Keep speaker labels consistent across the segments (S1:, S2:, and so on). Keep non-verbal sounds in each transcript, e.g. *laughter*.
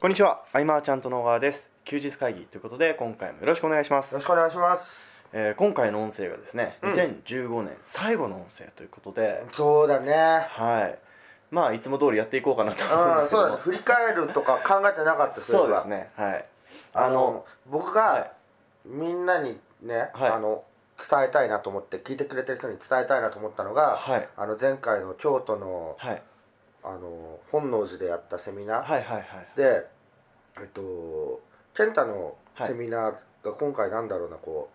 S1: こんにちは、アイマーちゃんと野川です。休日会議ということで、今回もよろしくお願いします
S2: よろ。しくお願いします
S1: えー今回の音声がですね、
S2: うん
S1: 2015年最後の音声ということで、
S2: そうだね
S1: はい。まあ、いつも通りやっていこうかな *laughs* と思うん
S2: う
S1: で
S2: ん
S1: すけ
S2: そう
S1: ど
S2: だね振り返るとか考えてなかった
S1: そうです
S2: ね
S1: ね、はい。あ
S2: あ
S1: の
S2: の、僕
S1: はい
S2: がみんなにね、
S1: はい
S2: あの伝えたいなと思って聞いてくれてる人に伝えたいなと思ったのが、
S1: はい
S2: あの前回の京都の
S1: はい、
S2: あの本能寺でやったセミナー
S1: はい、はい、はい。
S2: でえっと健太のセミナーが今回なんだろうなこ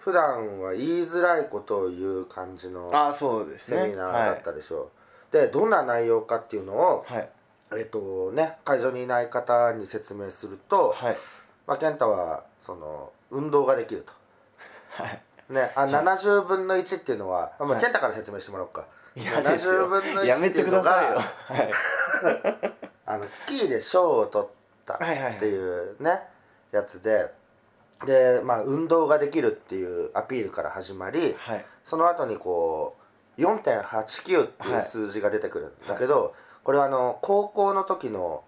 S2: う普段は言いづらいことを言う感じの
S1: あー、そうです
S2: セ
S1: ね。
S2: ミナーだったでしょう、でどんな内容かっていうのを、
S1: はい、
S2: えっとね、会場にいない方に説明すると、
S1: はい、
S2: まあ、健太はその運動ができる
S1: はい。
S2: と、ね、あ70分の1っていうのは、まあ、
S1: はい
S2: 健太から説明してもらおうか、
S1: いやですよ
S2: 70分の
S1: や
S2: 1
S1: め
S2: って
S1: て
S2: いう
S1: く
S2: の
S1: ださいよ。
S2: が
S1: はい、
S2: あのスキーで賞を取った
S1: はい、はい、は
S2: って
S1: い。
S2: いうねやつでで、まあ、運動ができるっていうアピールから始まり
S1: はい、
S2: その後にこう4.89っていう数字が出てくるんだけど、これはあの高校の時の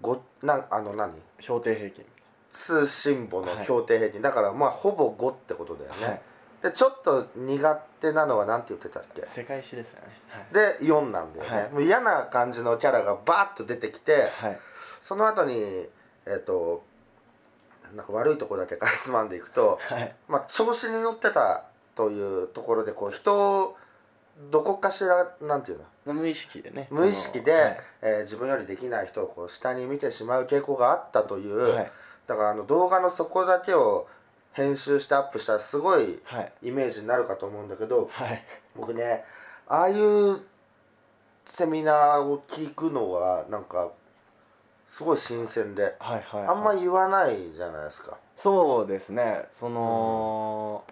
S2: ごなんあの何
S1: 評定平均。
S2: 通信簿の評定平均、だからまあほぼ5ってことだよね、
S1: はい、
S2: でちょっと苦手なのは何て言ってたっけ
S1: 世界史ですよね。
S2: で4なんだよね、
S1: はい
S2: もう嫌な感じのキャラがバーッと出てきて
S1: はい、はい、
S2: その後にえっ、となんか悪いとこだけかいつまんでいくと、
S1: はい。
S2: まあ、調子に乗ってたというところでこう人をどこかしらなんていうの
S1: 無意識でね。
S2: 無意識で、
S1: そのはい
S2: えー自分よりできない人をこう下に見てしまう傾向があったという、
S1: はい、
S2: だからあの動画のそこだけを編集してアップしたらすごい
S1: はい、
S2: イメージになるかと思うんだけど
S1: はい、
S2: 僕ねああいうセミナーを聞くのはなんかすごい新鮮で
S1: はい、はい。
S2: あんま言わないじゃないですか。
S1: そうですねその、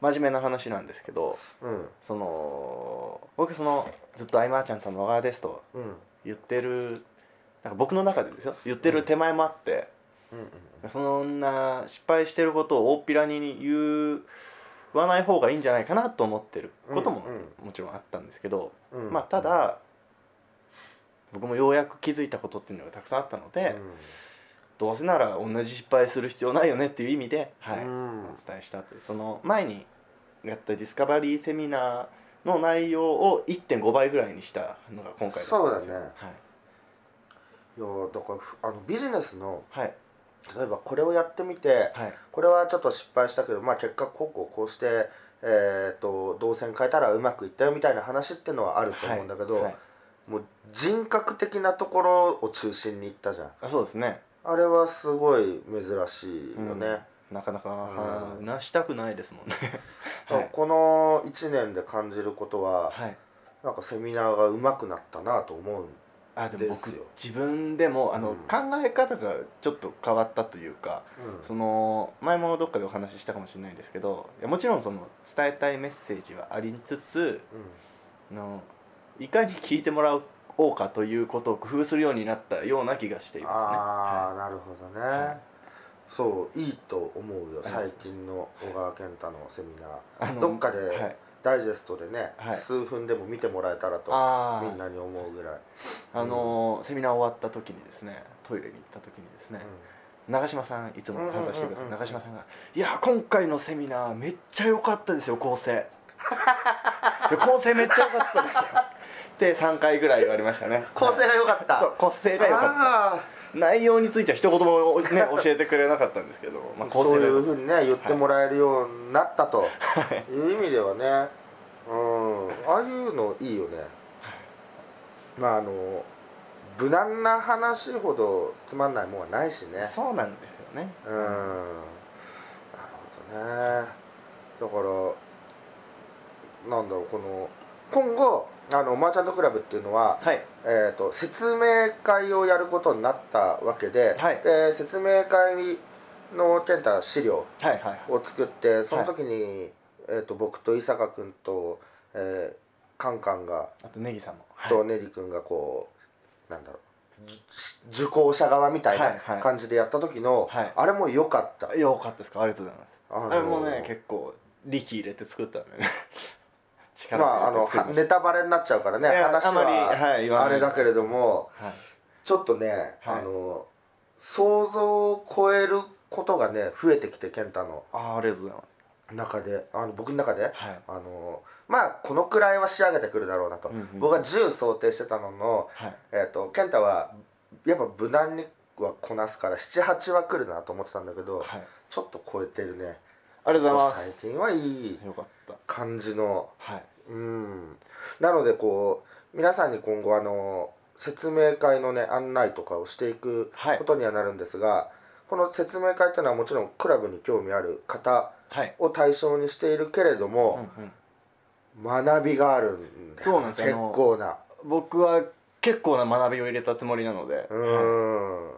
S1: 真面目な話なんですけど
S2: うん
S1: その僕そのずっと「アイマーちゃんと野川です」と
S2: うんうん
S1: 言ってるなんか僕の中でですよ言ってる手前もあって、
S2: うん
S1: そんな失敗してることを大っぴらに言わない方がいいんじゃないかなと思ってることも
S2: うん
S1: もちろんあったんですけど、
S2: うん
S1: まあただ、僕もようやく気づいたことっていうのがたくさんあったので、どうせなら同じ失敗する必要ないよねっていう意味で、はい
S2: う
S1: お
S2: ん
S1: 伝えしたというその前にやったディスカバリーセミナーの内容を1.5倍ぐらいにしたのが今回ったんですよ
S2: そうだねいやだからふあのビジネスの
S1: はいはい
S2: 例えばこれをやってみて
S1: はい
S2: これはちょっと失敗したけど、まあ、結果こうこうこうして、えー、と動線変えたらうまくいったよみたいな話っていうのはあると思うんだけど、
S1: はいはい
S2: もう人格的なところを中心にいったじゃん
S1: あそうですね
S2: あれはすごい珍しいよね、
S1: なかなか
S2: うん
S1: 話したくないですもんね
S2: だからこの1年で感じることは
S1: はい
S2: なんかセミナーがうまくなったなと思う
S1: あでも
S2: です
S1: 僕
S2: よ
S1: 自分でもあの、
S2: うん
S1: 考え方がちょっと変わったというかその前もどっかでお話ししたかもしれないですけどいやもちろんその伝えたいメッセージはありつつ
S2: う
S1: のいかに聞いてもらおうかということを工夫するようになったような気がしてい
S2: ん、
S1: ますね。
S2: ああ
S1: は
S2: なるほどね、
S1: はい
S2: そういいと思うよ
S1: ありがとうございま
S2: 最
S1: す
S2: 近の小川健太のセミナー
S1: いあの
S2: どっかで
S1: はい、
S2: ダイジェストでね、
S1: はい
S2: 数分でも見てもらえたらと
S1: あ
S2: みん
S1: ー
S2: なに思うぐらい、
S1: あのーセミナー終わった時にですねトイレに行った時にですね、長嶋さんいつも参加してくださ
S2: うんうんう
S1: る
S2: んうん
S1: 長嶋さんが「いや今回のセミナーめっちゃ良かったですよ構
S2: *laughs*
S1: 成」いや「構成めっちゃ良かったですよ」って3回ぐらい言われましたね
S2: 構成が良かった、
S1: そう構成が良かった
S2: ああ
S1: 内容については一言も、ね、 *laughs* 教えてくれなかったんですけど、まあ、構
S2: そう
S1: 成
S2: い
S1: が良
S2: う
S1: かっ
S2: ふうにね言ってもらえるようになったという意味ではね、うんああいうのいいよねまああの無難な話ほどつまんないもんはないしね
S1: たそうなんですよね
S2: うんなるほどねだからなんだろうこの今後あのマーチャントクラブっていうのは、
S1: はい
S2: えー、と説明会をやることになったわけで,、
S1: はい
S2: で説明会の健太資料
S1: はいはいはい
S2: を作ってその時に、えー、と僕と伊坂君と、えー、カンカンが、
S1: あとネギさんも
S2: とネリ君がこうなんだろうじ受講者側みたい
S1: はいは
S2: ない感じでやった時の、
S1: はい
S2: あれも良かった、
S1: いや良かったですかありがとうございます
S2: あのー
S1: あれもね結構力入れて作ったんで *laughs* ね
S2: ま
S1: 力を
S2: ああ
S1: 入れ
S2: の
S1: て作
S2: は
S1: りまし
S2: ネタバレになっちゃうからね
S1: いや
S2: 話
S1: あまりはい言わ
S2: は
S1: な
S2: あ
S1: い
S2: れだけれども
S1: たはい
S2: ちょっとね、
S1: はい
S2: あの想像を超えることがね増えてきて健太の
S1: ああありがとうございます
S2: 中であの僕の中で、
S1: はい
S2: あのまあこのくらいは仕上げてくるだろうなと、
S1: うんうん
S2: 僕は10想定してたのの、
S1: はい
S2: えー、と健太はやっぱ無難にはこなすから78は来るなと思ってたんだけど、
S1: はい
S2: ちょっと超えてるね
S1: ありがとうございま
S2: 最近はいい
S1: すよかった
S2: 感じの
S1: はい
S2: うんなのでこう皆さんに今後あの説明会のね案内とかをしていく
S1: はい
S2: ことにはなるんですが、この説明会っていうのはもちろんクラブに興味ある方
S1: はい
S2: を対象にしているけれど
S1: うんう
S2: も、
S1: ん
S2: 学びがあるんだよ
S1: そうなんですよ
S2: 結構な
S1: 僕は結構な学びを入れたつもりなので
S2: うーん、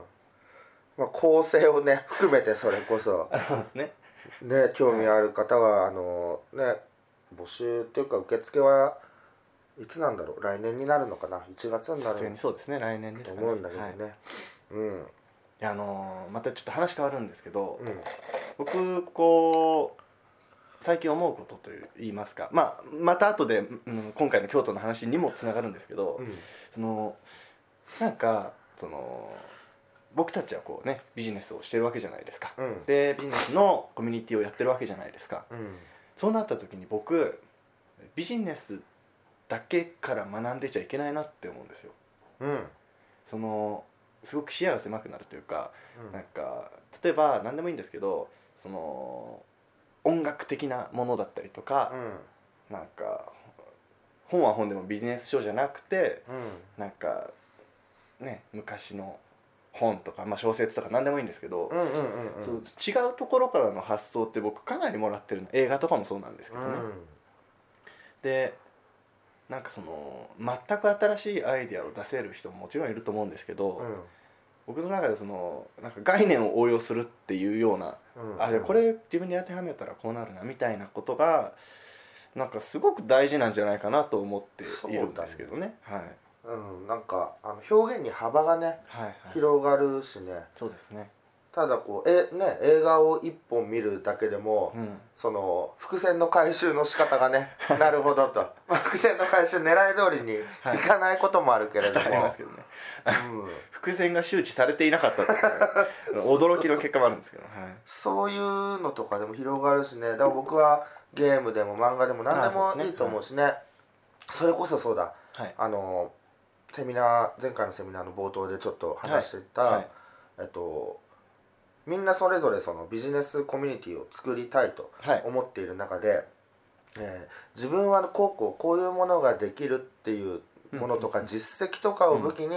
S2: まあ、構成をね *laughs* 含めてそれこそ
S1: あそうですね
S2: ね興味ある方はあのね募集っていうか受付はいつなんだろう来年になるのかな1月にな
S1: さすが
S2: る
S1: にそうですね来年です
S2: と
S1: かね
S2: 思うんだけど
S1: はいい
S2: ね、うん、うん、
S1: やあのーまたちょっと話変わるんですけど僕こう最近思うことと言いますか、まあ、また後で、うん、今回の京都の話にもつながるんですけど、
S2: うん
S1: そのなんかその僕たちはこうねビジネスをしてるわけじゃないですか、
S2: うん
S1: でビジネスのコミュニティをやってるわけじゃないですか
S2: うん
S1: そうなった時に僕ビジネスだけから学んでちゃいけないなって思うんですよ
S2: うん
S1: そのすごく視野が狭くなるというかなんか例えば何でもいいんですけどその音楽的なものだったりとか、なんか本は本でもビジネス書じゃなくて
S2: う
S1: なんかね昔の本とか、まあ、小説とか何でもいいんですけど、
S2: んうんうんうんうん
S1: そう違うところからの発想って僕かなりもらってるの映画とかもそうなんですけどね、でなんかその全く新しいアイデアを出せる人ももちろんいると思うんですけど、
S2: うん
S1: 僕の中でそのなんか概念を応用するっていうような
S2: うん
S1: あじゃあこれ自分に当てはめたらこうなるなみたいなことがなんかすごく大事なんじゃないかなと思っているんですけどねはい
S2: うんなんかあの表現に幅がね
S1: はいはい
S2: 広がるしね、
S1: そうですね
S2: ただこうえね映画を一本見るだけでも、
S1: うん
S2: その伏線の回収の仕方がねなるほどと、まあ、伏線の回収狙い通りに
S1: はい
S2: いかないこともあるけれど
S1: あり
S2: も、
S1: ますけどね伏線が周知されていうんなかったってい
S2: *laughs*
S1: う驚きの結果もあるんですけどはい
S2: そういうのとかでも広がるしねだから僕はゲームでも漫画でも何でもいいと思うしねそれこそそうだ
S1: はい
S2: あのセミナー前回のセミナーの冒頭でちょっと話してた、
S1: はい
S2: えっとみんなそれぞれそのビジネスコミュニティを作りたいと
S1: はい
S2: 思っている中で、えー自分はこうこうこういうものができるっていうものとか実績とかを武器に、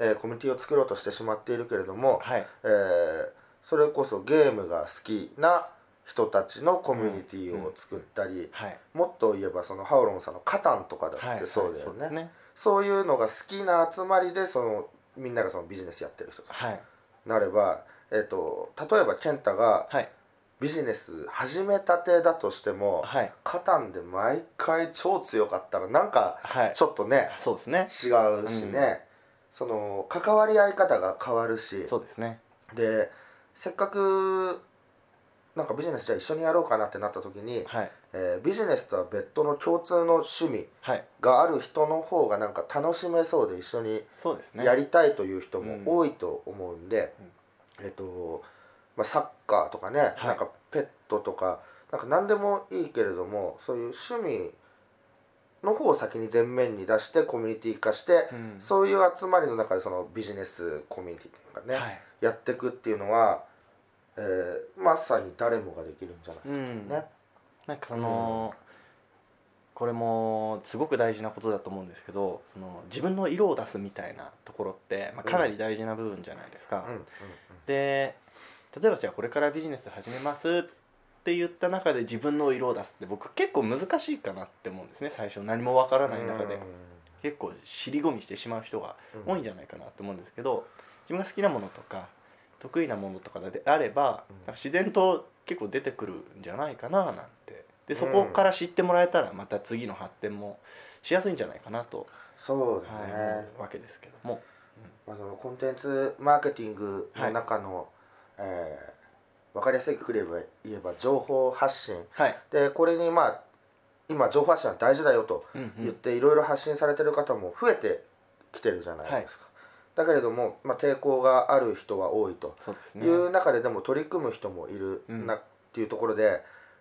S2: えーコミュニティを作ろうとしてしまっているけれども、
S1: はい
S2: えーそれこそゲームが好きな人たちのコミュニティを作ったり、
S1: はい
S2: もっと言えばそのハオロンさんの「カタン」とかだ
S1: は
S2: っ
S1: い
S2: てそうだよね,、
S1: ですね
S2: そういうのが好きな集まりでそのみんながそのビジネスやってる人と
S1: はい
S2: なれば、えー、と例えば健太が
S1: はい
S2: ビジネス始めたてだとしても、
S1: はい
S2: カタンで毎回超強かったらなんか
S1: はい
S2: ちょっとね、
S1: そうですね
S2: 違うしね、その関わり合い方が変わるし
S1: そうですね
S2: でせっかくなんかビジネスじゃあ一緒にやろうかなってなった時に、
S1: はい
S2: えービジネスとは別途の共通の趣味
S1: はい
S2: がある人の方がなんか楽しめそうで一緒に
S1: そうですね
S2: やりたいという人も多いと思うんで、えっとまあ、サッカーとかね、
S1: い
S2: なんかペットとかなんか何でもいいけれどもそういう趣味の方を先に前面に出してコミュニティ化して、
S1: うん
S2: そういう集まりの中でそのビジネスコミュニティというかね、
S1: はい
S2: やっていくっていうのは、えーまさに誰もができるんじゃない、
S1: うん
S2: ね。
S1: なんかその、これもすごく大事なことだと思うんですけどその自分の色を出すみたいなところって、まあ、かなり大事な部分じゃないですか、
S2: うんうんうん
S1: で例えばじゃあこれからビジネス始めますって言った中で自分の色を出すって僕結構難しいかなって思うんですね最初何もわからない中で、結構尻込みしてしまう人が
S2: うん
S1: 多いんじゃないかなと思うんですけど自分が好きなものとか得意なものとかであれば
S2: うん
S1: なんか自然と結構出てくるんじゃないかななんてでそこから知ってもらえたらまた次の発展もしやすいんじゃないかなと、
S2: そうだ
S1: は
S2: ね
S1: い、、思うわけですけども
S2: まあ、そのコンテンツマーケティングの中の、えーわかりやすく言えば言えば情報発信
S1: はい、
S2: でこれにまあ今情報発信は大事だよと
S1: うんう
S2: 言っ
S1: ん、
S2: ていろいろ発信されてる方も増えてきてるじゃないですか、だけれども、まあ、抵抗がある人は多いと
S1: そうですね
S2: いう中ででも取り組む人もいる
S1: うん
S2: なっていうところで、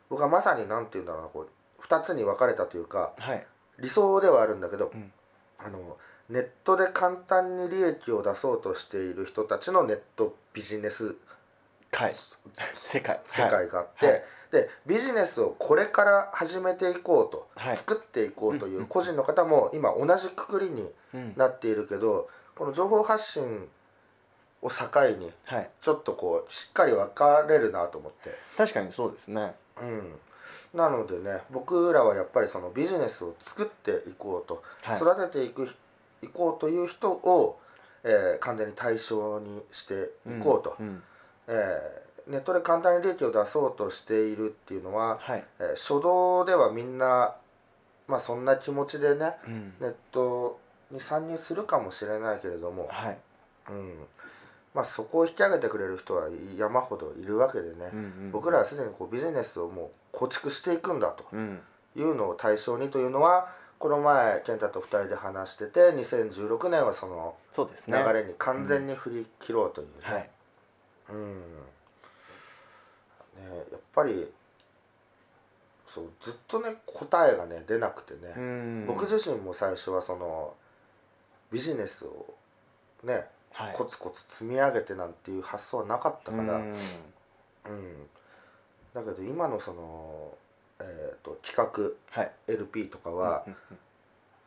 S2: 僕はまさに何て言うんだろうなこう2つに分かれたというか
S1: はい
S2: 理想ではあるんだけど、
S1: うん
S2: あのネットで簡単に利益を出そうとしている人たちのネットビジネス
S1: はい世界
S2: *laughs* 世界があって、
S1: はい
S2: でビジネスをこれから始めていこうと、
S1: はい
S2: 作っていこうとい
S1: うんう
S2: うん個人の方も今同じくくりに
S1: うん
S2: なっているけどこの情報発信を境に
S1: はい
S2: ちょっとこうしっかり分かれるなと思って、
S1: 確かにそうですね
S2: うん、なのでね僕らはやっぱりそのビジネスを作っていこうと、
S1: はい
S2: 育てていくいこうという人を、えー完全に対象にしていこうと、
S1: んん
S2: えーネットで簡単に利益を出そうとしているっていうのは、
S1: はい
S2: えー初動ではみんな、まあ、そんな気持ちでね
S1: うん
S2: ネットに参入するかもしれないけれども、
S1: はい
S2: うんまあ、そこを引き上げてくれる人は山ほどいるわけでね、僕らはすでにこうビジネスをもう構築していくんだと
S1: うん
S2: いうのを対象にというのはこの前健太と2人で話してて2016年はその
S1: そうです
S2: 流
S1: ね
S2: れに完全に振り切ろうというね。
S1: はい
S2: うんねやっぱりそうずっとね答えがね出なくてね、
S1: うん
S2: 僕自身も最初はそのビジネスをね、
S1: はい
S2: コツコツ積み上げてなんていう発想はなかったから、
S1: うん
S2: うんだけど今のその、えー、と企
S1: はい
S2: 画 LP とかは、
S1: うんうん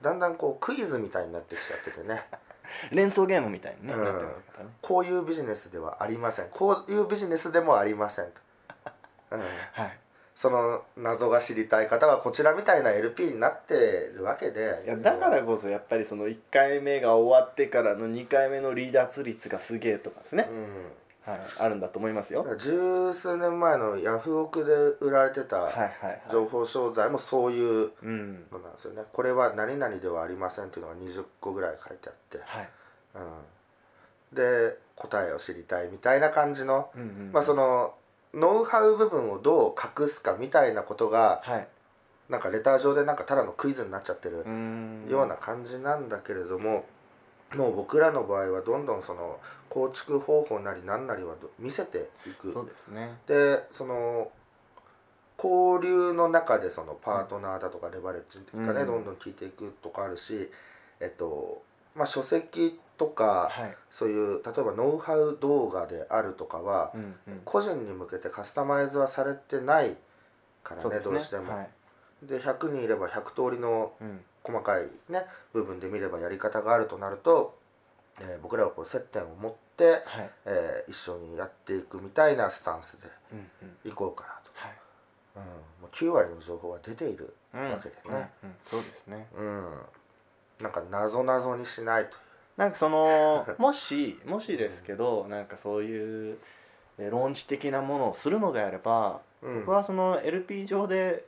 S2: だんだんこうクイズみたいになってきちゃっててね
S1: *laughs*
S2: *laughs*
S1: 連想ゲームみたいにね
S2: うん
S1: なってますからね
S2: こういうビジネスではありませんこういうビジネスでもありませんと。うん
S1: はい
S2: その謎が知りたい方はこちらみたいな LP になってるわけで
S1: いやだからこそやっぱりその1回目が終わってからの2回目の離脱率がすげえとかですね
S2: う、ん
S1: はい、あるんだと思いますよ
S2: だ
S1: は
S2: か
S1: い
S2: ら十数年前のヤフオクで売られて
S1: はい
S2: た
S1: はい
S2: 情報商材もそういう
S1: うん
S2: のなんですよねこれは何々ではありませんっていうのが20個ぐらい書いてあって、
S1: はい
S2: うん、で答えを知りたいみたいな感じの、
S1: うんうん
S2: まあそのノウハウ部分をどう隠すかみたいなことが
S1: はい
S2: なんかレター上でなんかただのクイズになっちゃってる
S1: うーん
S2: ような感じなんだけれども、もう僕らの場合はどんどんその構築方法なり何なりはど見せていく
S1: そうですね
S2: でその交流の中でそのパートナーだとかレバレッジがね、
S1: うん
S2: どんどん聞いていくとかあるしえっとまあ書籍とか
S1: はい
S2: そういう例えばノウハウ動画であるとかは
S1: うんうん
S2: 個人に向けてカスタマイズはされてないから
S1: そう
S2: ね
S1: です
S2: どうしても。
S1: はい
S2: で100人いれば100通りの
S1: うん
S2: 細かいね部分で見ればやり方があるとなると、えー僕らはこう接点を持って、
S1: はい
S2: えー一緒にやっていくみたいなスタンス
S1: うんうん
S2: でいこうかなと、
S1: はい
S2: うん、もう9割の情報は出ている
S1: うん
S2: わけでね、
S1: うんうんそうですね
S2: うんなんか謎謎にしないと
S1: なんかそのもしもしですけどなんかそういうえー論じ的なものをするのであれば
S2: いう、うん
S1: 僕はその LP 上で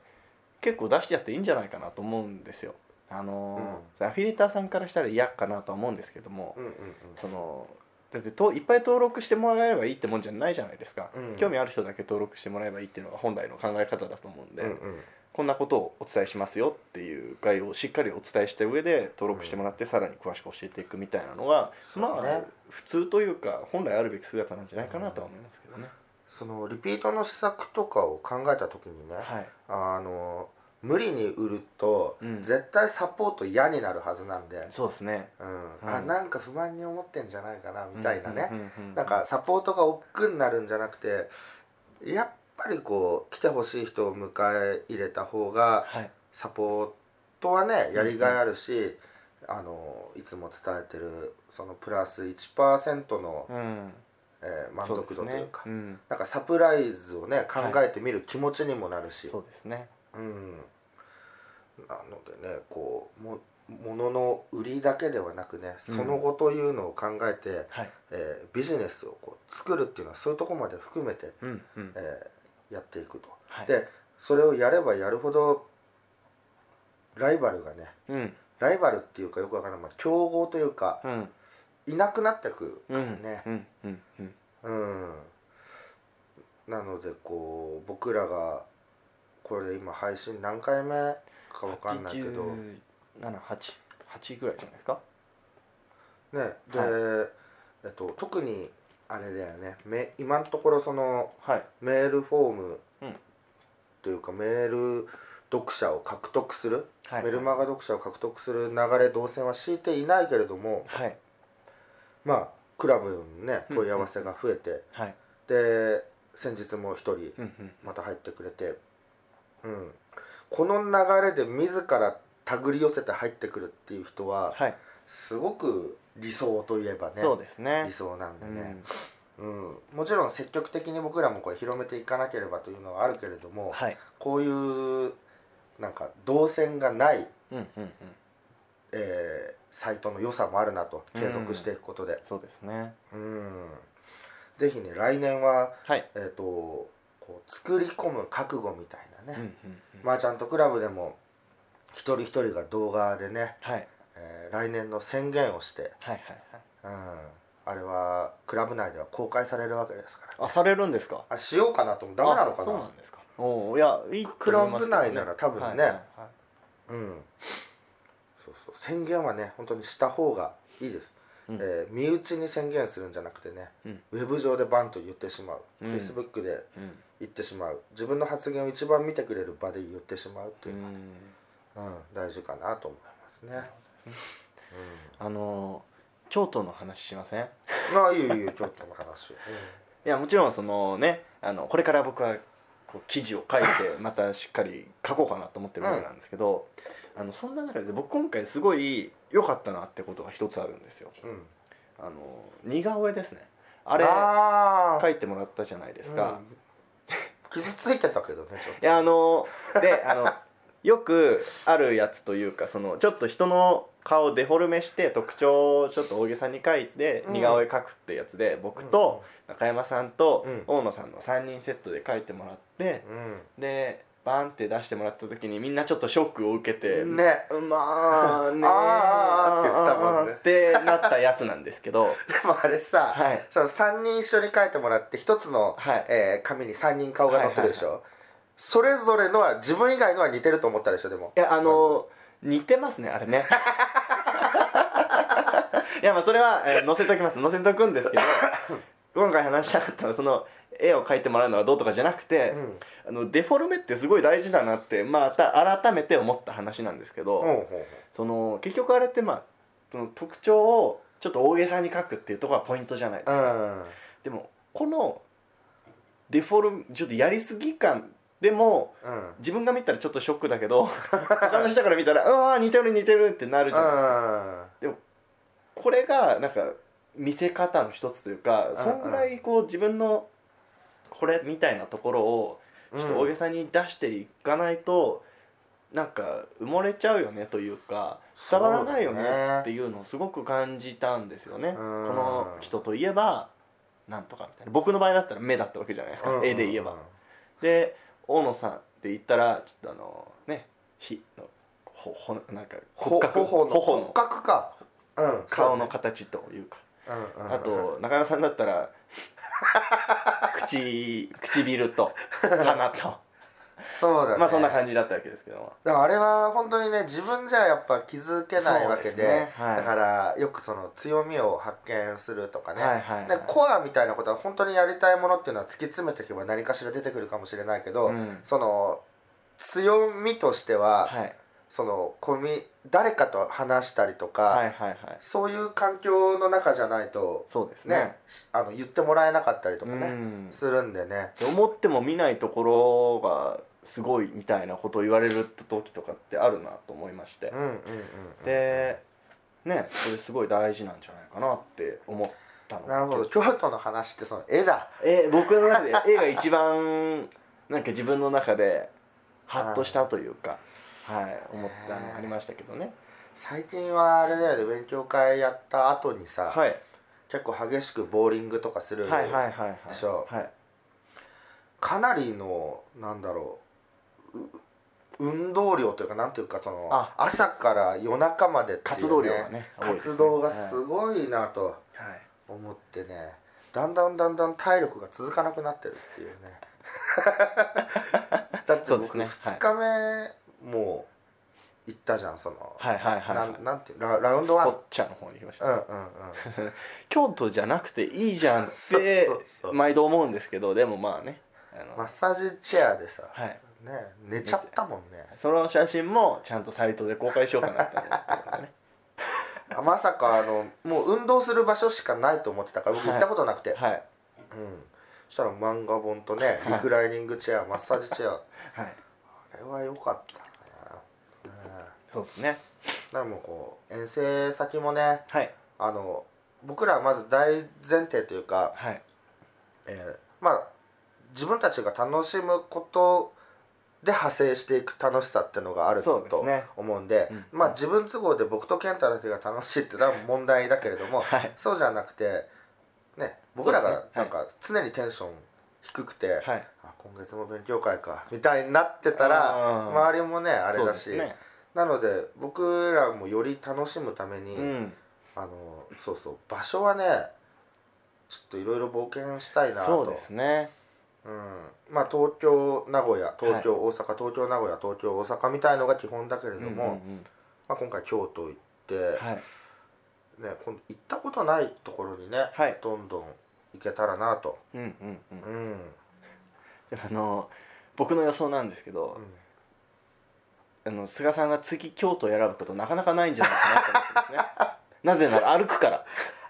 S1: 結構出してやっていいんじゃないかなと思うんですよあのーアフィリエーターさんからしたら嫌かなとは思うんですけども、
S2: うんうん
S1: そのだってといっぱい登録してもらえればいいってもんじゃないじゃないですか、
S2: うん
S1: 興味ある人だけ登録してもらえばいいっていうのが本来の考え方だと思うんで、
S2: うんうん
S1: こんなことをお伝えしますよっていう概要をしっかりお伝えした上で登録してもらってさらに詳しく教えていくみたいなのが、
S2: そうね
S1: まあ普通というか本来あるべき姿なんじゃないかなとは思いますけどね、
S2: そのリピートの施策とかを考えた時にね、
S1: はい
S2: あの無理に売ると、
S1: うん
S2: 絶対サポート嫌になるはずなんで、
S1: そうですね
S2: うん、あ
S1: うん
S2: なんか不安に思ってんじゃないかなみたいなね、
S1: うんうんうんうん
S2: なんかサポートが億劫になるんじゃなくてやっぱりこう来てほしい人を迎え入れた方が
S1: はい
S2: サポートはねやりがいあるし、あのいつも伝えてるそのプラス1%の、
S1: うん
S2: えー満足度とい
S1: そうで
S2: うか
S1: すねうん
S2: なんかサプライズをね考えてみる気持ちにもなるし、
S1: そうですね
S2: うん、なのでねこうも物の売りだけではなくね
S1: うん
S2: その後というのを考えて、
S1: はい
S2: えービジネスをこう作るっていうのはそういうところまで含めて、
S1: うんうん
S2: えーやっていくと、
S1: はい
S2: でそれをやればやるほどライバルがね
S1: うん
S2: ライバルっていうかよくわからない、まあ、競合というか
S1: うん
S2: いなくなってく
S1: うん
S2: ね
S1: うんうんうん
S2: うんなのでこう僕らがこれ今配信何回目かわかんないけど
S1: 78 8ぐらいじゃないですか
S2: ねで、
S1: はい
S2: えっと、特にあれだよねめ今のところその
S1: はい
S2: メールフォーム
S1: うん
S2: というかメール読者を獲得する、
S1: はい
S2: メルマガ読者を獲得する流れ動線は敷いていないけれども
S1: はい
S2: まあクラブのね
S1: うん
S2: 問い合わせが増えて、
S1: はい
S2: で先日も一人
S1: うんうん
S2: また入ってくれて、うん、この流れで自ら手繰り寄せて入ってくるっていう人は
S1: はい、
S2: すごく理想といえばね
S1: そうですね
S2: 理想なんで
S1: う
S2: ね、
S1: ん
S2: うん、もちろん積極的に僕らもこれ広めていかなければというのはあるけれども
S1: はい
S2: こういうなんか動線がない、
S1: うんうんうん
S2: えーサイトの良さもあるなと継続していくことで、
S1: そうですね
S2: うん、ぜひね来年は、
S1: はい
S2: えー、とこう作り込む覚悟みたいな
S1: うんう
S2: ね、
S1: んうん
S2: マーチャントクラブでも一人一人が動画でね、
S1: はい
S2: えー来年の宣言をして、
S1: はいはいはい
S2: うん、あれはクラブ内では公開されるわけですから
S1: あされるんですか
S2: あしようかなともダメなのか
S1: あそう
S2: な
S1: なんですかおおいやいいと思いますけどね
S2: クラブ内なら多分ね
S1: はいはいはい
S2: うん、そうそう宣言はね本当にした方がいいです、
S1: うん
S2: えー身内に宣言するんじゃなくてね、
S1: うん
S2: ウェブ上でバンと言ってしまう、
S1: うん
S2: Facebook で
S1: うん
S2: 言ってしまう自分の発言を一番見てくれる場で言ってしまうって
S1: う
S2: いうのは、
S1: ん
S2: うん大事かなと思いますね、
S1: あのー京都の話しません
S2: うん、ああいいよいいよちょっとの話を、
S1: いやもちろんそのねあのこれから僕はこう記事を書い *laughs* てまたしっかり書こうかなと思ってるわけなんですけど、あのそんな中で僕今回すごい良かったなってことが一つあるんですよ
S2: うんうん
S1: あの似顔絵ですねあれ
S2: あー
S1: 書いてもらったじゃないですか、
S2: うん傷ついてたけどねちょっと
S1: いやあのであのよくあるやつというかそのちょっと人の顔をデフォルメして特徴をちょっと大げさに書いて
S2: うん
S1: 似顔絵描くってやつで、僕と中山さんと
S2: うん
S1: 大野さんの3人セットで描いてもらって、
S2: うん、
S1: でバーンって出してもらった時にみんなちょっとショックを受けて、
S2: うん、
S1: *laughs*
S2: ね
S1: まあね
S2: あーあーあーって言ってたもんね
S1: あーってなったやつなんですけど
S2: でもあれさ、
S1: はい
S2: その3人一緒に書いてもらって1つの、
S1: はい
S2: えー紙に3人顔が載ってるでしょ、それぞれのは自分以外のは似てると思ったでしょでも
S1: いやあの似てますねあれね *laughs* いやまあそれは、えー載せときます載せとくん
S2: *laughs*
S1: ですけど今回話したかったのはその絵を描いてもらうのはどうとかじゃなくて、
S2: うん
S1: あのデフォルメってすごい大事だなってまた改めて思った話なんですけど、
S2: ほうほうほ
S1: その結局あれってまあその特徴をちょっと大げさに描くっていうところがポイントじゃないです
S2: うう
S1: か、
S2: ん
S1: でもこのデフォルメちょっとやりすぎ感でも
S2: うん
S1: 自分が見たらちょっとショックだけ
S2: *laughs*
S1: ど他の人から見たら「うわー似てる似てる」ってなるじゃないですかこれがなんか見せ方の一つというか
S2: ん
S1: そんぐらいこう自分のこれみたいなところを
S2: う
S1: ち
S2: ん
S1: ょっと大げさに出していかないと、なんか埋もれちゃうよねというか伝わらないよね
S2: そうだね
S1: っていうのをすごく感じたんですよね。
S2: ん
S1: この人といえばなんとかみたいな僕の場合だったら目だったわけじゃないですか、絵で言えば。で大野さんって言ったらちょっとあのねひのほほなんか
S2: ほ
S1: 骨格
S2: 頬の
S1: 頬
S2: 骨格かうん
S1: 顔の形というか
S2: そうねうんうん
S1: あと中山さんだったら *laughs* 口唇と鼻と
S2: そうだね
S1: まあそんな感じだったわけですけども
S2: だからあれは本当にね自分じゃやっぱ気づけないわけで
S1: そうですねはい
S2: だからよくその強みを発見するとかね、
S1: はいはいはい
S2: でコアみたいなことは本当にやりたいものっていうのは突き詰めていけば何かしら出てくるかもしれないけど、
S1: うん
S2: その強みとしては、
S1: はい
S2: そのコミ誰かと話したりとか、
S1: はいはいはい
S2: そういう環境の中じゃないと、
S1: そうです
S2: ね
S1: ね
S2: あの言ってもらえなかったりとか
S1: う
S2: ね、
S1: ん
S2: するんでね。
S1: 思っても見ないところがすごいみたいなことを言われる時とかってあるなと思いまして
S2: うんうんうんうん、
S1: でねそれすごい大事なんじゃないかなって思ったの
S2: なるほど京都の話ってその絵だ
S1: え僕の中で *laughs* 絵が一番なんか自分の中でハッとしたというかはい思ったのありましたけどね
S2: 最近はあれだよね勉強会やった後にさ、
S1: はい
S2: 結構激しくボーリングとかする、
S1: はいはいはいはい
S2: でしょ
S1: はい
S2: かなりのなんだろうう運動量というかなんていうかその
S1: あ
S2: 朝から夜中までっていう、
S1: 活動量がね多いですね
S2: 活動がすごいなと
S1: はい
S2: 思ってね、だんだんだんだん体力が続かなくなってるって
S1: *laughs*
S2: いうねだって
S1: そうです
S2: 僕
S1: ね
S2: 2日目、も行ったじゃんその、
S1: はいはいはい、はい
S2: なんなんていうララウン
S1: スポ
S2: ドワン
S1: ッチャの方に行きまし
S2: う
S1: た、
S2: んうんうん
S1: 京都じゃなくていいじゃんっ
S2: そう
S1: て
S2: そうそう
S1: 毎度思うんですけどでもまあねあの、
S2: マッサージチェアでさ、
S1: はい、
S2: ね寝ちゃったもんね
S1: その写真もちゃんとサイトで公開しようかなって思って
S2: *laughs*
S1: たね
S2: あまさかあのもう運動する場所しかないと思ってたから僕
S1: はい
S2: 行ったことなくて、
S1: はい
S2: うん、そしたら漫画本とねリクライニングチェアマッサージチェア
S1: はい
S2: あれは良かったな、ね、
S1: そうですね
S2: だからもうこう遠征先もね
S1: はい
S2: あの僕らはまず大前提というか、
S1: はい
S2: えーまあ自分たちが楽しむことで派生していく楽しさっていうのがある
S1: そうです
S2: と
S1: ね
S2: 思うんで
S1: うん
S2: まあ自分都合で僕と健太だけが楽しいってのは問題だけれども、
S1: はい
S2: そうじゃなくて、ね、僕ら
S1: そう
S2: が
S1: ですね
S2: な
S1: は
S2: ん
S1: い
S2: か常にテンション低くて、
S1: はい
S2: あ今月も勉強会かみたいになってたら
S1: あー
S2: 周りもねあれだし、
S1: そうですね
S2: なので僕らもより楽しむために、
S1: うん
S2: あのそうそう場所はねちょっといろいろ冒険したいな
S1: そう
S2: と
S1: ですね
S2: うん、まあ東京名古屋東京、大阪東京名古屋東京大阪みたいのが基本だけれども、
S1: うん
S2: まあ、今回京都行って、
S1: うんはい
S2: ね、今度行ったことないところにね、
S1: はい
S2: どんどん行けたらなと、
S1: うんうんうん
S2: うんうん、
S1: あの僕の予想なんですけど、あの菅さんが次京都を選ぶことなかなかないんじゃないかなと思って
S2: *laughs*
S1: ますねなぜなら歩くから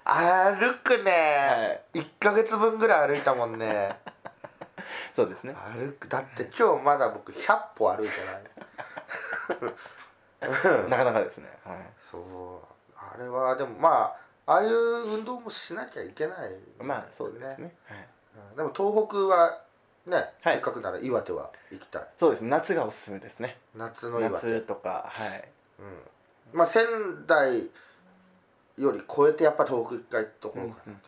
S2: 歩くね、
S1: はい
S2: 1ヶ月分ぐらい歩いたもんね
S1: *laughs* そうですね
S2: 歩くだって今日まだ僕100歩歩いてない
S1: なかなかですねはい
S2: そうあれはでもまあああいう運動もしなきゃいけないんだよね、
S1: まあそうですね、はい、
S2: うんでも東北はね、
S1: はい
S2: せっかくなら岩手は行きたい
S1: そうですね夏がおすすめですね
S2: 夏の岩手、うん
S1: 夏とかはい
S2: まあ、仙台より超えてやっぱ東北一回行っとこうかなというね、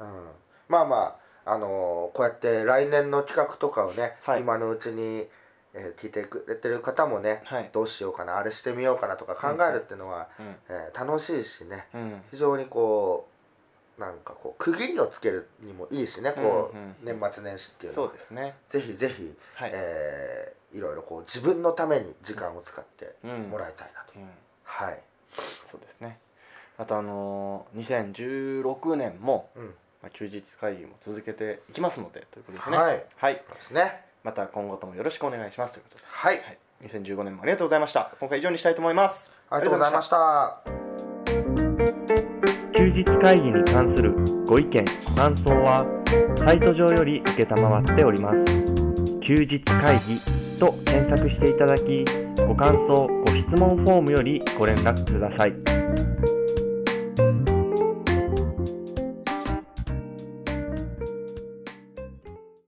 S2: うんまあまあ、あのーこうやって来年の企画とかをね、
S1: はい
S2: 今のうちに、えー聞いてくれてる方もね、
S1: はい
S2: どうしようかなあれしてみようかなとか考えるっていうのは、
S1: うん
S2: えー楽しいしね
S1: うん
S2: 非常にこうなんかこう区切りをつけるにもいいしねこう、
S1: うんうん
S2: 年末年始っていうのは
S1: そうですね
S2: ぜひぜひ、
S1: はい、
S2: えーいろいろこう自分のために時間を使って
S1: うん
S2: もらいたいなと、
S1: うん、
S2: はい、
S1: そうですねあとあのー2016年も、
S2: うん、
S1: まあ、休日会議も続けていきますのでということですね
S2: はい
S1: はい、
S2: そうですね
S1: また今後ともよろしくお願いしますということで
S2: はい、
S1: はい、2015年もありがとうございました。今回以上にしたいと思います。
S2: ありがとうございました
S1: 休日会議に関するご意見、感想は、サイト上より受けたまわっております。休日会議と検索していただき、ご感想、ご質問フォームよりご連絡ください。